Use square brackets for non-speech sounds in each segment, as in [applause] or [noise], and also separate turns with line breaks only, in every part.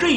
这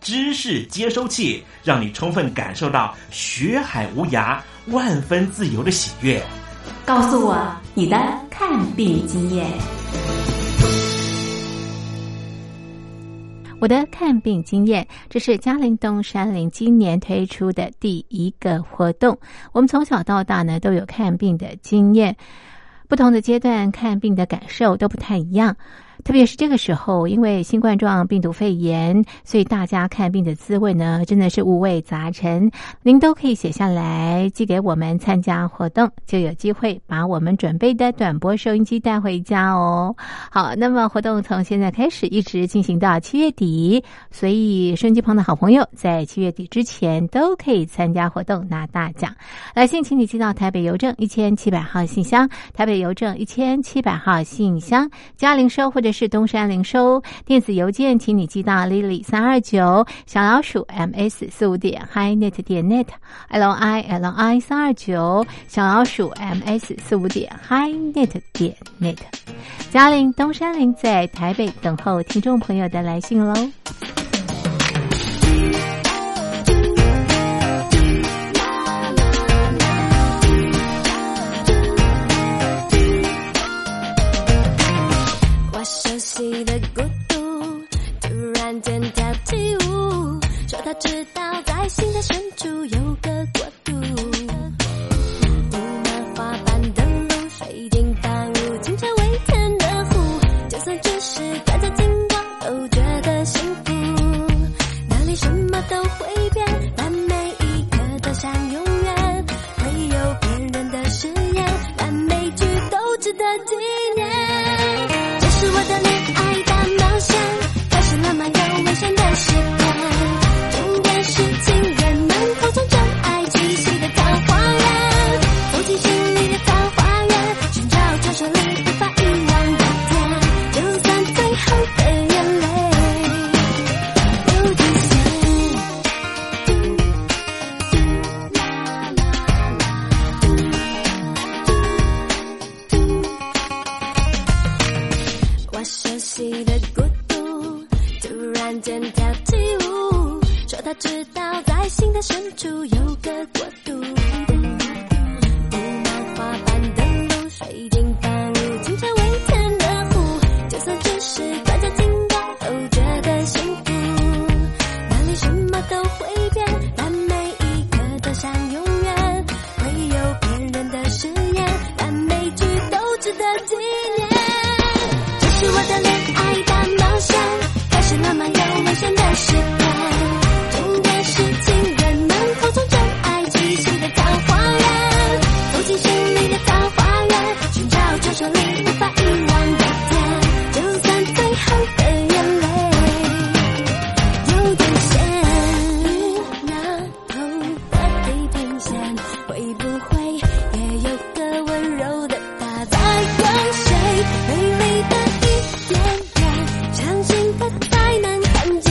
知识接收器，让你充分感受到学海无涯、万分自由的喜悦。
告诉我你的看病经验。
我的看病经验，这是嘉陵东山林今年推出的第一个活动。我们从小到大呢都有看病的经验，不同的阶段看病的感受都不太一样。特别是这个时候，因为新冠状病毒肺炎，所以大家看病的滋味呢，真的是五味杂陈。您都可以写下来寄给我们参加活动，就有机会把我们准备的短波收音机带回家哦。好，那么活动从现在开始一直进行到七月底，所以收音机旁的好朋友在七月底之前都可以参加活动拿大奖。来信请你寄到台北邮政一千七百号信箱，台北邮政一千七百号信箱，嘉陵收或者是东山零收。电子邮件请你寄到 lily 三二九小老鼠 ms 四五点 highnet 点 net l i l i 三二九小老鼠 ms 四五点 highnet 点 net。嘉陵东山林在台北等候听众朋友的来信喽。
我熟悉的孤独，突然间跳起舞，说他知道在心的深处有个国度，雾漫花般的路，水晶般无尽却微甜的湖，就算只是短暂经过，都觉得幸福。那里什么都会变，但每一刻都像永远，会有别人的誓言，但每句都值得纪念。这是我的恋爱大冒险，开始浪漫又危险的时代。重点是情人们口中真爱气息的桃花源，走进心里的桃花源，寻找传说里无法遗忘的甜，就算最后的眼泪有底线。我熟悉的孤独，突然间跳起舞，说他知道在心的深处有个国度。布满花瓣的路，水晶般无尽却微甜的湖，就算只是短暂经过，都觉得幸福。那里什么都会变，但每一刻都像永远，会有别人的誓言，但每句都值得纪念。这是我的恋爱大冒险，开始浪漫又危险的时代。重点是情人们口中真爱气息的桃花源，走进心里的桃花源，寻找传说里无法遗忘的甜，就算最后的眼泪。有点咸，那头的地平线会不会也有个温柔的他在等谁？美丽的一点点，相信他才能看见。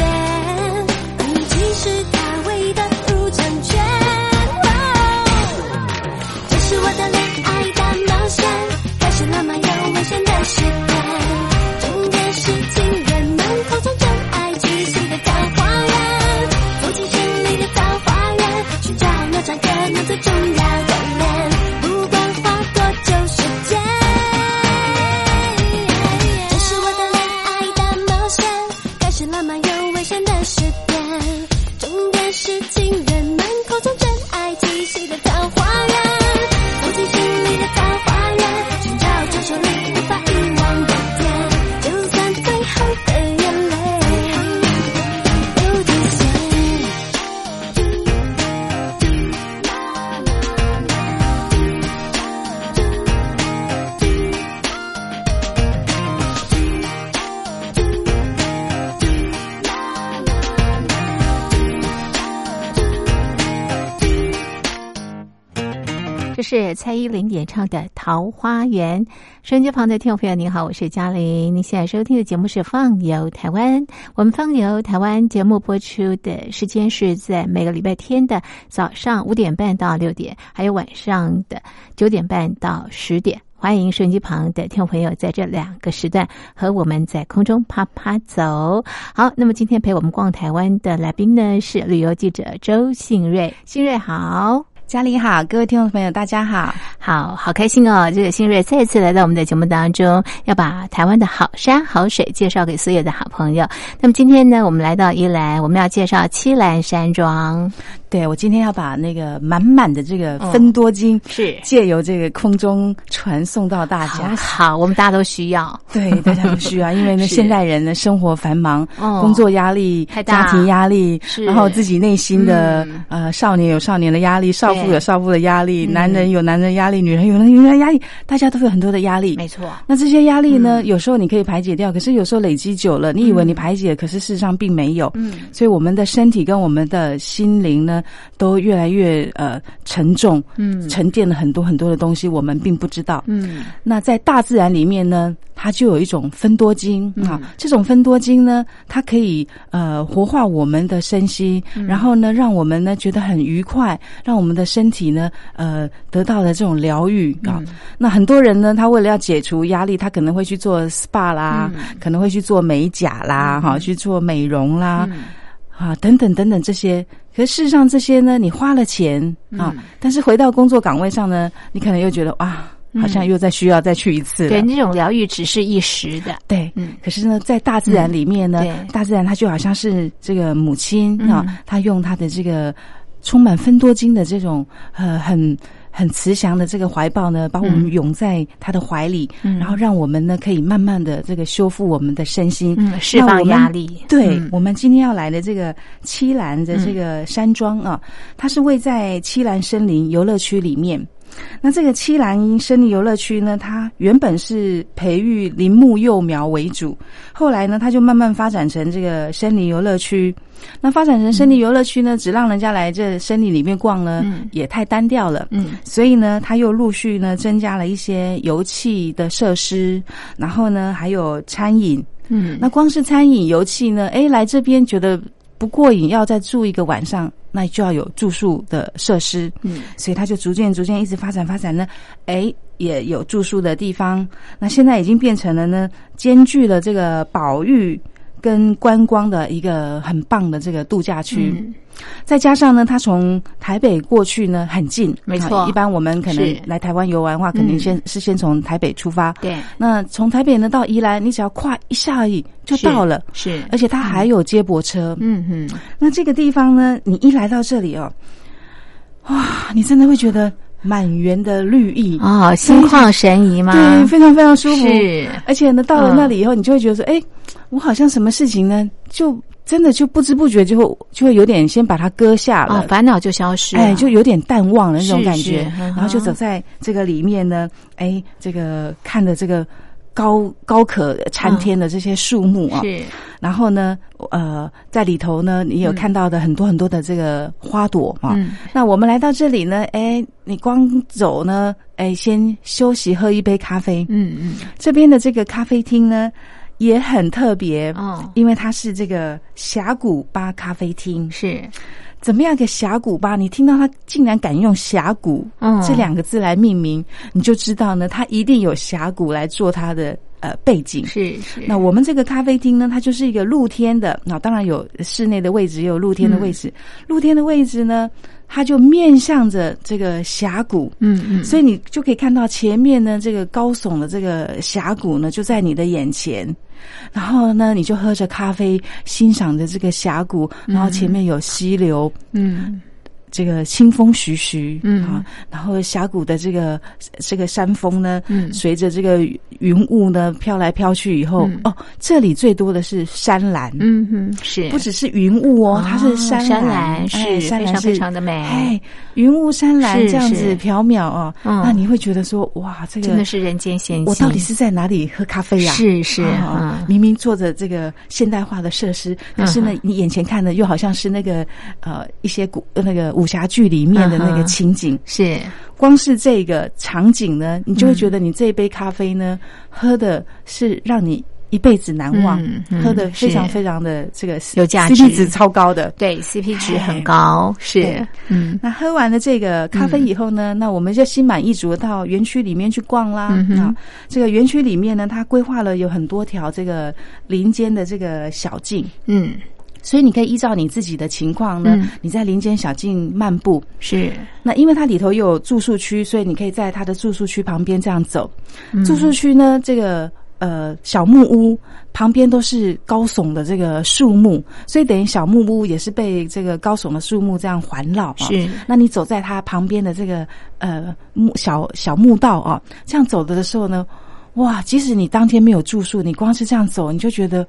危险的时点，终点是情人们口中真爱气息的桃花源，走进心里的桃花源，寻找传说里无法遗忘的甜，就算最后的眼泪有点咸。
这是蔡依林演唱的《桃花源》。收音机旁的听众朋友，您好，我是嘉玲。您现在收听的节目是《放游台湾》，我们《放游台湾》节目播出的时间是在每个礼拜天的早上五点半到六点，还有晚上的九点半到十点。欢迎收音机旁的听众朋友，在这两个时段和我们在空中啪啪走。好，那么今天陪我们逛台湾的来宾呢是旅游记者周信瑞，信瑞好。
嘉玲好，各位听众朋友，大家好。
好好开心哦！这个新锐再次来到我们的节目当中，要把台湾的好山好水介绍给所有的好朋友。那么今天呢，我们来到宜兰，我们要介绍七兰山庄。嗯
对我今天要把那个满满的这个芬多精，
是
借由这个空中传送到大
好
家。
好，我们大家都需要。 [laughs]
对，大家都需要，因为呢，
是
现代人呢生活繁忙，
哦
工作压力
太大
家庭压力
是，
然后自己内心的、
嗯
呃少年有少年的压力，少妇
对
有少妇的压力，
嗯
男人有男人的压力，女人有女人的压力，大家都有很多的压力。
没嗯错，
那这些压力呢，有时候你可以排解掉，可是有时候累积久了，你以为你排解，可是事实上并没有。
嗯，
所以我们的身体跟我们的心灵呢，都越来越呃沉重，
嗯
沉淀了很多很多的东西，我们并不知道。
嗯，
那在大自然里面呢，它就有一种芬多精、
嗯，
啊这种芬多精呢，它可以呃活化我们的身心，然后呢，让我们呢觉得很愉快，让我们的身体呢呃得到了这种疗愈啊。那很多人呢，他为了要解除压力，他可能会去做 SPA 啦，可能会去做美甲啦，哈、去做美容啦。啊，等等等等这些。可是事实上，这些呢，你花了钱啊，但是回到工作岗位上呢，你可能又觉得哇，好像又再需要再去一次了。
对，那种疗愈只是一时的。
对
嗯
可是呢，在大自然里面呢，
嗯对
大自然它就好像是这个母亲
嗯
啊，她用她的这个充满芬多精的这种呃很很慈祥的这个怀抱呢，把我们
嗯
拥在她的怀里，
嗯
然后让我们呢可以慢慢的这个修复我们的身心，
嗯，释
那
放
我们
压力。
对、
嗯
我们今天要来的这个七兰的这个山庄啊，它是位在七兰森林游乐区里面。那这个七兰森林游乐区呢，它原本是培育林木幼苗为主，后来呢，它就慢慢发展成这个森林游乐区。那发展成森林游乐区呢，只让人家来这森林里面逛呢，
嗯
也太单调了。
嗯
所以呢，它又陆续呢增加了一些游憩的设施，然后呢还有餐饮，
嗯，
那光是餐饮油气呢？哎，来这边觉得不过瘾，要再住一个晚上，那就要有住宿的设施。
嗯
所以它就逐渐逐渐一直发展发展呢，哎，也有住宿的地方。那现在已经变成了呢，兼具了这个保育跟观光的一个很棒的这个度假区。
嗯
再加上呢，它从台北过去呢很近，
没错
啊一般我们可
是
能来台湾游玩的话，肯定
嗯
先、是先从台北出发。
对，
那从台北呢到宜兰，你只要跨一下而已就是到了，
是，
而且它还有接驳车。
嗯嗯，
那这个地方呢，你一来到这里哦，哇，啊你真的会觉得满园的绿意，
哦，心旷神怡吗？
对，非常非常舒服。
是，
而且呢，
嗯
到了那里以后，你就会觉得说，哎、我好像什么事情呢，就真的就不知不觉就会就会有点先把它搁下了。
哦，烦恼就消失了。
哎，就有点淡忘了那种
是
感
是
觉，
嗯哼
然后就走在这个里面呢，哎，这个看着这个高高可参天的这些树木啊、
嗯是，
然后呢，呃，在里头呢，你有
嗯
看到的很多很多的这个花朵啊。
嗯
那我们来到这里呢，哎，你光走呢，哎，先休息喝一杯咖啡。
嗯嗯，
这边的这个咖啡厅呢，也很特别，
哦，
因为它是这个峡谷吧咖啡厅。
是，
怎么样一个峡谷吧？你听到他竟然敢用峡谷、
嗯
这两个字来命名，你就知道呢，他一定有峡谷来做他的呃背景。
是是，
那我们这个咖啡厅呢，它就是一个露天的，那当然有室内的位置，也有露天的位
嗯
置。露天的位置呢，它就面向着这个峡谷，
嗯嗯，
所以你就可以看到前面呢这个高耸的这个峡谷呢就在你的眼前。然后呢，你就喝着咖啡，欣赏着这个峡谷，然后前面有溪流，
嗯
这个清风徐徐，
嗯
啊，然后峡谷的这个这个山峰呢，
嗯
随着这个云雾呢飘来飘去以后，
嗯
哦，这里最多的是山兰，
嗯哼，是
不只是云雾哦，它是
山
兰，
兰
哎
是
山
非
兰
常
是
非常的美，
哎，云雾山兰
是
这样子
是
缥缈哦，
嗯
那你会觉得说，哇，这个
真的是人间仙境。
我到底是在哪里喝咖啡呀、
是是
啊
嗯
明明做着这个现代化的设施，可是呢
嗯，
你眼前看的又好像是那个呃一些古那个武侠剧里面的那
嗯
个
哼
情景。
是
光是这个场景呢，你就会觉得你这一杯咖啡呢，喝的是让你一辈子难忘，
嗯嗯
喝的非常
是
非常的这个
有价
CP
值
值超高的。哎
对 CP 值很高，是
对
嗯
那喝完了这个咖啡以后呢，那我们就心满意足地到园区里面去逛啦。
嗯哼
啊，这个园区里面呢，它规划了有很多条这个林间的这个小径，
嗯
所以你可以依照你自己的情况呢，
嗯
你在林间小径漫步。
是
那因为它里头又有住宿区，所以你可以在它的住宿区旁边这样走。
嗯
住宿区呢，这个。呃，小木屋旁边都是高耸的这个树木，所以等于小木屋也是被这个高耸的树木这样环绕、啊。
是
那你走在它旁边的这个呃木小小木道啊，这样走的的时候呢，哇，即使你当天没有住宿，你光是这样走，你就觉得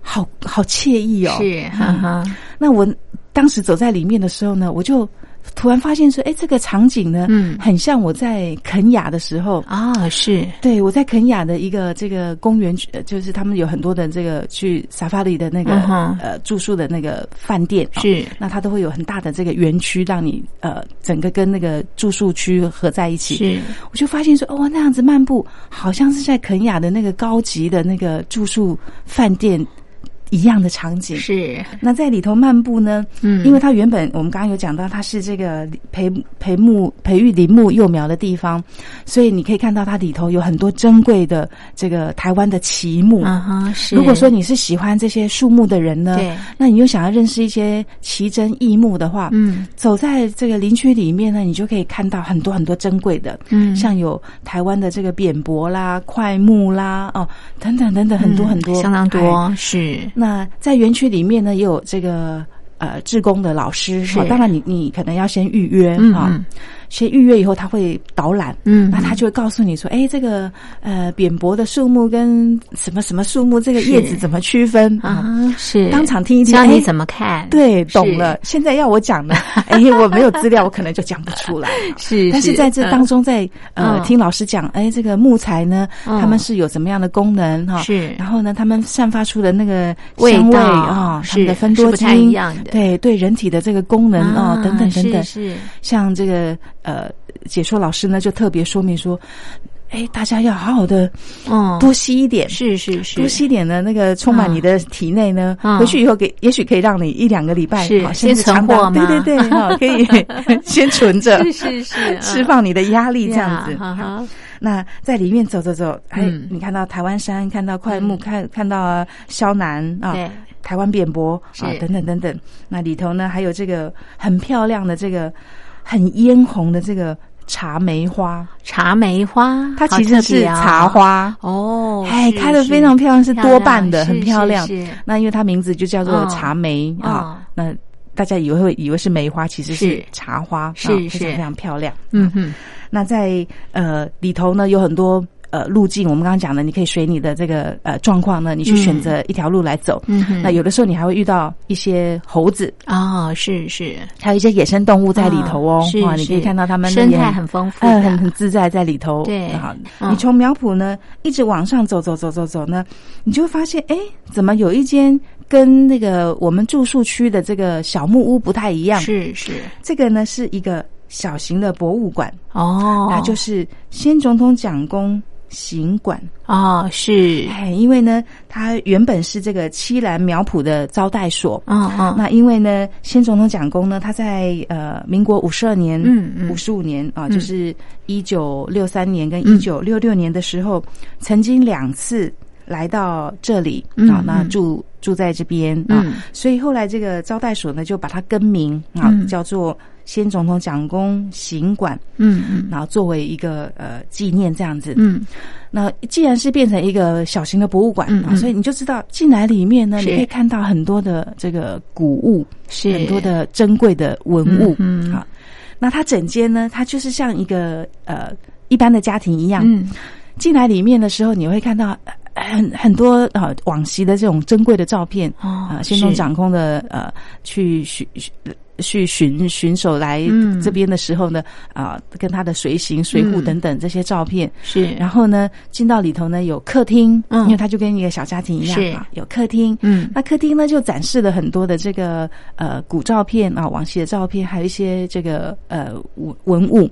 好好惬意哦。
是，哈哈，
那我当时走在里面的时候呢，我就突然发现说，哎，这个场景呢，
嗯
很像我在肯雅的时候。
啊是
对，我在肯雅的一个这个公园，呃就是他们有很多的这个去 safari 的那个、
嗯哼哦
呃住宿的那个饭店、啊
是
那它都会有很大的这个园区，让你呃整个跟那个住宿区合在一起。
是
我就发现说，哦，那样子漫步好像是在肯雅的那个高级的那个住宿饭店一样的场景。
是，
那在里头漫步呢，
嗯，
因为它原本我们刚刚有讲到，它是这个培培木培育林木幼苗的地方，所以你可以看到它里头有很多珍贵的这个台湾的奇木。
啊哈是，
如果说你是喜欢这些树木的人呢，
对，
那你又想要认识一些奇珍异木的话，
嗯
走在这个林区里面呢，你就可以看到很多很多珍贵的，
嗯
像有台湾的这个扁柏啦、块木啦，哦，等等等等，很多
嗯
很多，
相当
哎
多是
那在园区里面呢，也有这个呃志工的老师，
是
啊当然你你可能要先预约
嗯
啊、
嗯
先预约以后他会导览。
嗯
那他就会告诉你说，哎，这个呃扁薄的树木跟什么什么树木，这个
是
叶子怎么区分
啊
啊？
哈是
当场听一听，
教你
哎
怎么看
对，
是
懂了。现在要我讲呢，哎，我没有资料，我可能就讲不出来了。
是，
但是在这
嗯
当中在，呃
嗯
听老师讲，哎，这个木材呢，
嗯
他们是有怎么样的功能哈？
是
然后呢，他们散发出的那个
味
啊香味
道
啊，他
是
们的分多
是不太一
精，
样的
对对，人体的这个功能
啊
啊，等等等等。
是是
像这个呃，解说老师呢就特别说明说，哎，大家要好好的
嗯
多吸一点，
是是是
多吸一点呢，那个充满你的体内呢，
嗯
回去以后给也许可以让你一两个礼拜
是
好
先
甚至
存
长达
货吗
对对对，哈，可以 [laughs] 先存着，
[laughs] [laughs] 是是是
[laughs] 释
嗯
放你的压力这样
呀
子。啊
哈哈
那在里面走走走，哎，
嗯
你看到台湾山，看到快木，
嗯
看看到萧南啊
对，
台湾扁柏
是
啊，等等等等。那里头呢，还有这个很漂亮的这个很嫣红的这个茶梅花，
茶梅花，
它
好
其
特
实是
别啊
茶花。
哦，
哎，
是
开的非常漂亮，是多瓣的，
是
很漂亮
是是。
那因为它名字就叫做
嗯
茶梅啊
嗯，
那大家以为会以为是梅花，其实
是
是茶花，啊
是
非
是
常非常漂亮。
嗯哼，
那在呃里头呢，有很多呃路径，我们刚刚讲的，你可以随你的这个呃状况呢，你去选择一条路来走。
嗯哼
那有的时候你还会遇到一些猴子，
啊，是是，
还有一些野生动物在里头哦
啊。是
哇，你可以
是
看到它们
生
也
态很丰富
呃
的，
很很自在在里头。
对
好，
嗯
你从苗圃呢一直往上走走走走走呢，你就会发现，哎，怎么有一间跟那个我们住宿区的这个小木屋不太一样？
是是
这个呢是一个小型的博物馆。
哦，
那就是先总统蒋公行馆。
哦，是，
哎，因为呢，它原本是这个七兰苗圃的招待所。
哦哦，
那因为呢，先总统蒋公呢，他在呃民国五十二年、
嗯嗯
五十五年啊、
嗯
就是一九六三年跟
嗯
一九六六年的时候，曾经两次来到这里啊、
嗯
那
嗯
住住在这边啊、
嗯
所以后来这个招待所呢就把它更名啊、
嗯
叫做先总统蒋公行馆，
嗯嗯
然后作为一个呃纪念这样子。
嗯，
那既然是变成一个小型的博物馆
嗯
啊，
嗯
所以你就知道进来里面呢，
是
你可以看到很多的这个古物，
是
很多的珍贵的文物
嗯嗯
啊。那它整间呢，它就是像一个呃一般的家庭一样。
嗯
进来里面的时候，你会看到呃很很多呃往昔的这种珍贵的照片
哦
啊，先从
是
掌控的呃去寻寻去巡巡守来
嗯
这边的时候呢，啊、跟他的随行随护
嗯
等等这些照片，
是，
然后呢，进到里头呢有客厅，
嗯
因为它就跟一个小家庭一样
是
啊，有客厅。
嗯
那客厅呢就展示了很多的这个呃古照片啊、往昔的照片，还有一些这个呃文文物。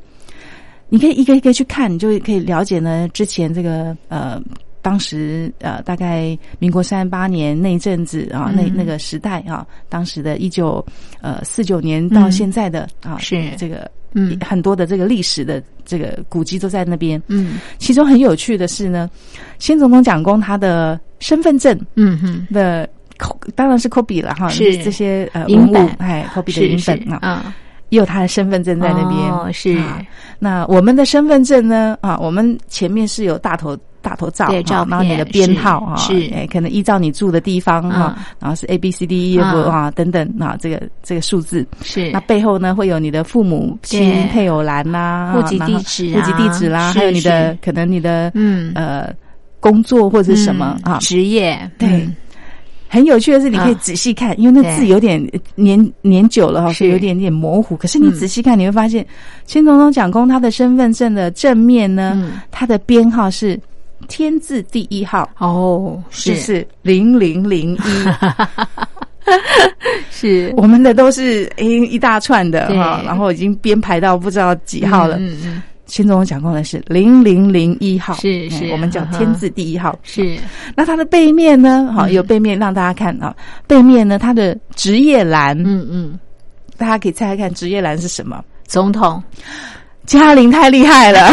你可以一个一个去看，你就可以了解呢之前这个呃。当时呃，大概民国三十八年那一阵子啊，那
嗯
那个时代啊，当时的一九呃四九年到
嗯
现在的、啊，
是
这个
嗯
很多的这个历史的这个古迹都在那边。
嗯
其中很有趣的是呢，先总统蒋公他的身份证
嗯嗯，
的 co- 当然是 copy 了哈，
是
这些呃
银
文物
本
哎 copy 的
是
银
是
本啊，
啊，
也有他的身份证在那边。
哦是
啊那我们的身份证呢啊，我们前面是有大头。大头照，
对
啊
照片
然后你的编号啊，
是是
哎，可能依照你住的地方啊，然后是 A B C D E F
嗯
啊等等啊，这个这个数字，
是
那背后呢会有你的父母啊
对
亲、配偶栏啦、
户籍
然后
地址
户籍地
啊
址啦，
是
还有你的
是
可能你的
嗯
呃工作或者是什么
嗯
啊。
职业
对
嗯，
很有趣的是，你可以
啊
仔细看，因为那字
对
有点呃年年久了哈，
是
所以有点点模糊。可是你
嗯
仔细看，你会发现，先总统蒋公他的身份证的正面呢
嗯，
他的编号是天字第一号，
哦
就是是零零
[laughs]
零一。
是
我们的都是一一大串的哈，
对
然后已经编排到不知道几号了。
嗯嗯
先总统讲过的是零零零一号，
是
嗯
是
我们叫
嗯哼
天字第一号。
是
那它的背面呢？好，
嗯
有背面让大家看 [laughs] 啊。背面呢，它的职业栏，
嗯嗯，
大家可以猜猜看，职业栏是什么？
总统，
嘉玲太厉害了，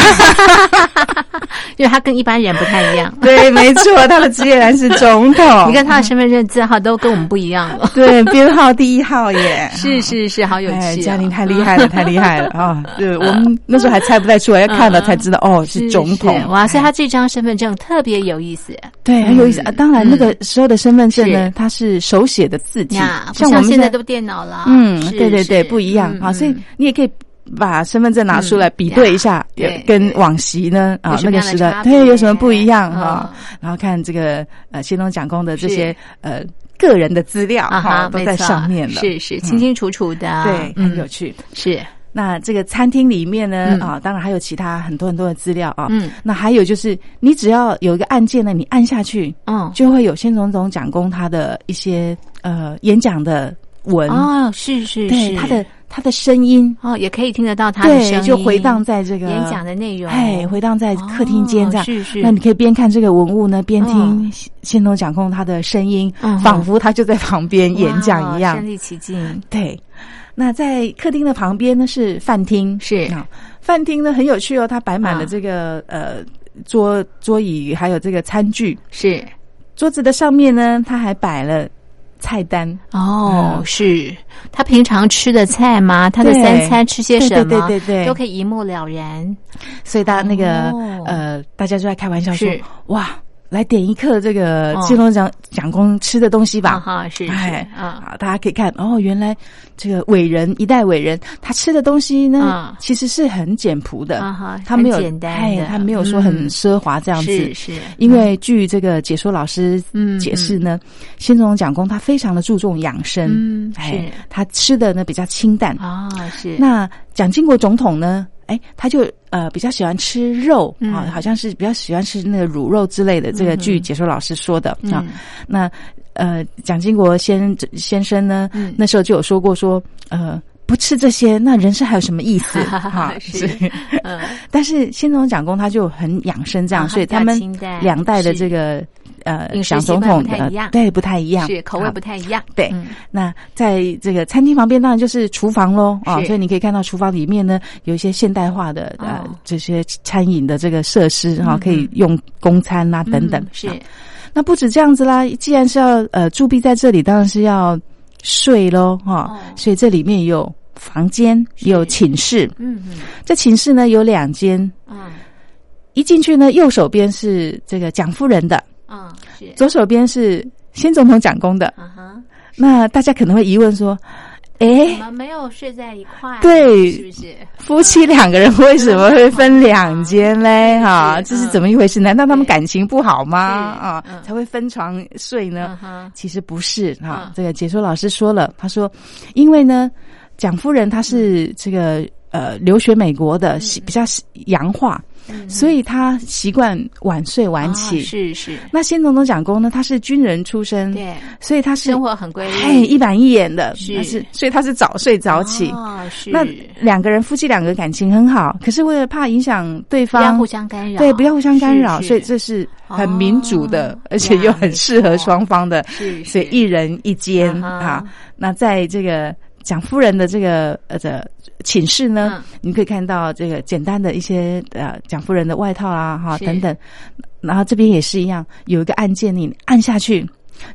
[laughs] 因为他跟一般人不太一样，
对，没错，他的职业栏是总
[laughs]
统。
你看他的身份证字号都跟我们不一样
[laughs]
了。
对，编号第一号耶，
是是是，好有
哎，
趣、哦！
嘉玲太厉
[laughs]
害了，太厉害了啊！对，我们那时候还猜不太出来，要看了才知道哦，
是
是总统
是哇！所以他这张身份证特别有意思嗯
对，很有意思啊。当然，那个时候的身份证呢
是，
它是手写的字体
呀，，不
像我
像
们
现在都电脑啦。
嗯，
是
对对对，
是
不一样
嗯
啊。所以
嗯
你也可以把身份证拿出来比对一下，
对
也跟往昔呢
有
啊
什
那
么
个
样的
时代
差别
对有什么不一样哈
嗯。
然后看这个呃，先东讲公的这
是
些呃个人的资料
啊
哈
哈，
都
没
在
错
上面了，嗯
是是清清楚楚的，
对，很有
嗯，
趣。
是
那这个餐厅里面呢
嗯，
啊，当然还有其他很多很多的资料啊。
嗯
那还有就是，你只要有一个按键呢，你按下去，
嗯
就会有先总总讲公他的一些呃演讲的文，
哦，是是
对
是，
他的他的声音，
哦也可以听得到他的声
对，
音，
就回荡在这个
演讲的内容，
哎，回荡在客厅间这样。
哦是是，
那你可以边看这个文物呢，边听先总讲公他的声音，
嗯哼
仿佛他就在旁边演讲
哇
一样
哦身。临其境，
对，那在客厅的旁边呢是饭厅，
是
啊，饭厅呢很有趣哦，它摆满
啊
了这个、呃桌桌椅，还有这个餐具。
是
桌子的上面呢，它还摆了菜单，
哦，
嗯
是他平常吃的菜吗？他的
对
三餐吃些
对
什么？
对对对对
都可以一目了然。
所以大家那个、
哦
呃，大家就在开玩笑说
是：“
哇，来点一客这个
哦
金龙奖奖公吃的东西吧。
啊哈，是是
哎，
啊，
啊，大家可以看哦，原来这个伟人一代伟人，他吃的东西呢，
嗯
其实是很简朴的，
啊哈
他没有
很简单
哎
的
他没有说很
嗯
奢华这样子。
是是，
因为据这个解说老师
嗯
解释呢，先总讲公他非常的注重养生，
嗯
哎
是，
他吃的呢比较清淡。
啊是
那蒋经国总统呢，哎，他就呃比较喜欢吃肉
嗯
啊，好像是比较喜欢吃那个卤肉之类的。这个据解说老师说的啊
嗯，
那呃，蒋经国先先生呢
嗯，，
那时候就有说过说，呃，不吃这些，那人生还有什么意思？哈
[laughs] 是嗯，
但是仙农蒋公他就很养生这样，
啊
所以
比较
他们
清淡
两代的
是
这个呃
饮食
蒋
习
总
惯
统
不太
的
一样
对不太一样，
是口味
好
不太一样，
对
嗯
那在这个餐厅旁边，当然就是厨房喽啊，
是
所以你可以看到厨房里面呢有一些现代化的呃、
哦
这些餐饮的这个设施哈、可以用公餐啦、等等、
嗯是
啊那不止这样子啦，既然是要呃驻币在这里，当然是要睡喽哈、
哦
所以这里面有房间，
是
有寝室。
嗯嗯
这寝室呢有两间，
嗯
一进去呢右手边是这个蒋夫人的，
嗯是
左手边是先总统蒋公的。
啊哈，
那大家可能会疑问说，诶。
我们没有睡在一块，
哎对
是不是？
夫妻两个人为什么会分两间嘞？哈，
是
这是怎么一回事？难道他们感情不好吗？
是
啊
嗯，
才会分床睡
嗯
呢？
哼，
其实不是哈
嗯。
这个解说老师说了，他说，因为呢，蒋夫人她是这个呃留学美国
嗯
的，习比较洋化，所以她习惯晚睡晚
啊
起。
嗯是是，
那先总统蒋公呢，他是军人出身，
对，
所以他是
生活很规律，
嘿一板一眼的，
是
他是所以他是早睡早起。
哦是，
那两个人夫妻两个感情很好，可是为了怕影响对
不要
方
互，相干扰，
对，不要互相干
是
扰，
是
所以这是很民主的，
哦
而且
呀
又很适合
没错
双方的，
是
所以
是
一人一间
啊哈
啊。那在这个蒋夫人的这个呃的寝室
嗯
呢，你可以看到这个简单的一些呃蒋夫人的外套啊哈
是
等等，然后这边也是一样，有一个按键你按下去。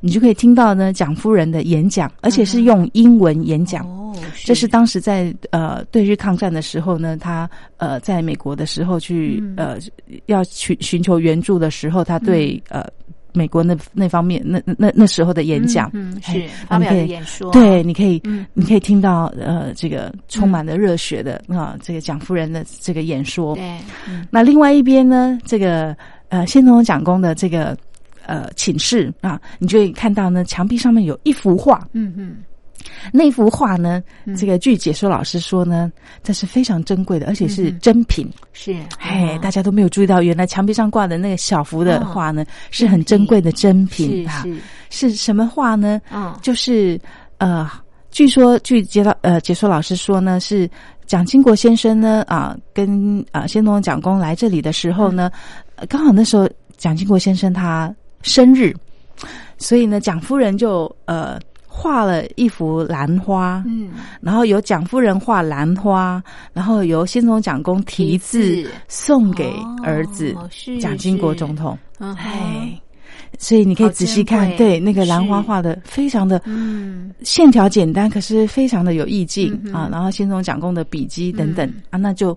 你就可以听到呢，蒋夫人的演讲，而且是用英文演讲。
哦，
这是当时在呃对日抗战的时候呢，他呃在美国的时候去、
嗯
呃要寻寻求援助的时候，他对、
嗯
呃美国那那方面那那那时候的演讲，
嗯嗯
嘿
是发表
你可
的
以
演说，
对，你可以、
嗯
你可以听到呃这个充满了热血的啊、这个蒋夫人的这个演说。
对，
那另外一边呢，这个呃先从蒋公的这个呃寝室啊，你就会看到呢墙壁上面有一幅画，
嗯嗯，
那幅画呢，这个据解说老师说呢，这是非常珍贵的，而且
嗯
是珍品。
是，
哎，
嗯
大家都没有注意到，原来墙壁上挂的那个小幅的
哦
画呢，是很珍贵的珍品
是
啊。
是，
是什么画呢？
嗯，
就是呃，据说据解到呃解说老师说呢，是蒋经国先生呢啊、跟啊、先总统蒋公来这里的时候呢，
嗯
呃刚好那时候蒋经国先生他生日，所以呢，蒋夫人就呃画了一幅兰花，
嗯，
然后由蒋夫人画兰花，然后由先总蒋公题
题
字
字
送给儿子
哦是
蒋经国
是
总统。
嗯哼
哎，所以你可以仔细
好
看
珍，贵
对那个兰花
是
画的非常的
嗯，
线条简单，可是非常的有意境
嗯哼
啊。然后先从蒋公的笔迹等等
嗯
啊，那就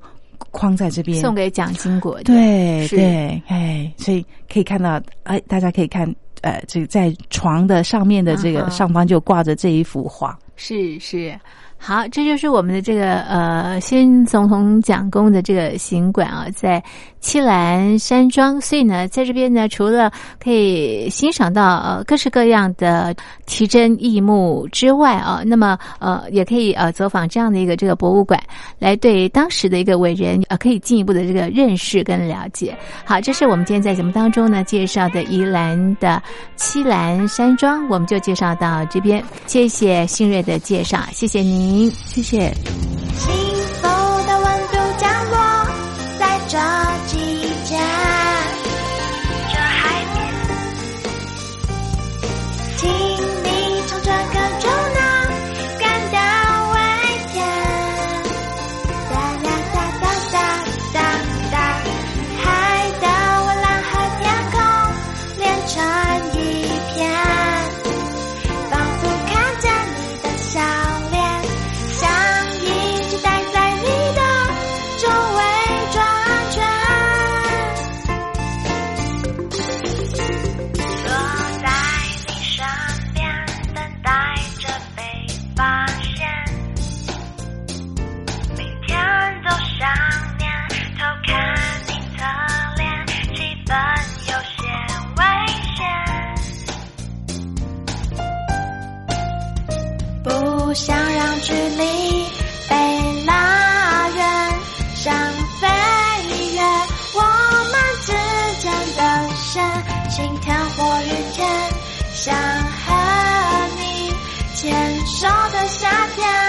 框在这边
送给蒋经国的，
对
是
对，哎，所以可以看到，哎，大家可以看，呃，这个在床的上面的这
嗯
个
哼
上方就挂着这一幅画。
是是，好，这就是我们的这个呃，先总统蒋公的这个行馆啊，在七兰山庄。所以呢，在这边呢，除了可以欣赏到呃各式各样的奇珍异木之外啊，那么呃也可以呃走访这样的一个这个博物馆，来对当时的一个伟人呃可以进一步的这个认识跟了解。好，这是我们今天在节目当中呢介绍的宜兰的七兰山庄，我们就介绍到这边。谢谢新锐的介绍，谢谢您，谢谢。
幸福的温度降落在这季节，这海边，请你从这个钟闹感到危险。哒啦哒哒哒哒哒，海的蔚蓝和天空连成一片。仿佛看见你的笑脸，想一直待在你的周围转圈。坐在你身边，等待着被发现。每天都想念，偷看你侧脸，气氛有些危险。不想让距离被拉远，想飞越我们之间的线，心跳或雨天，想和你牵手的夏天。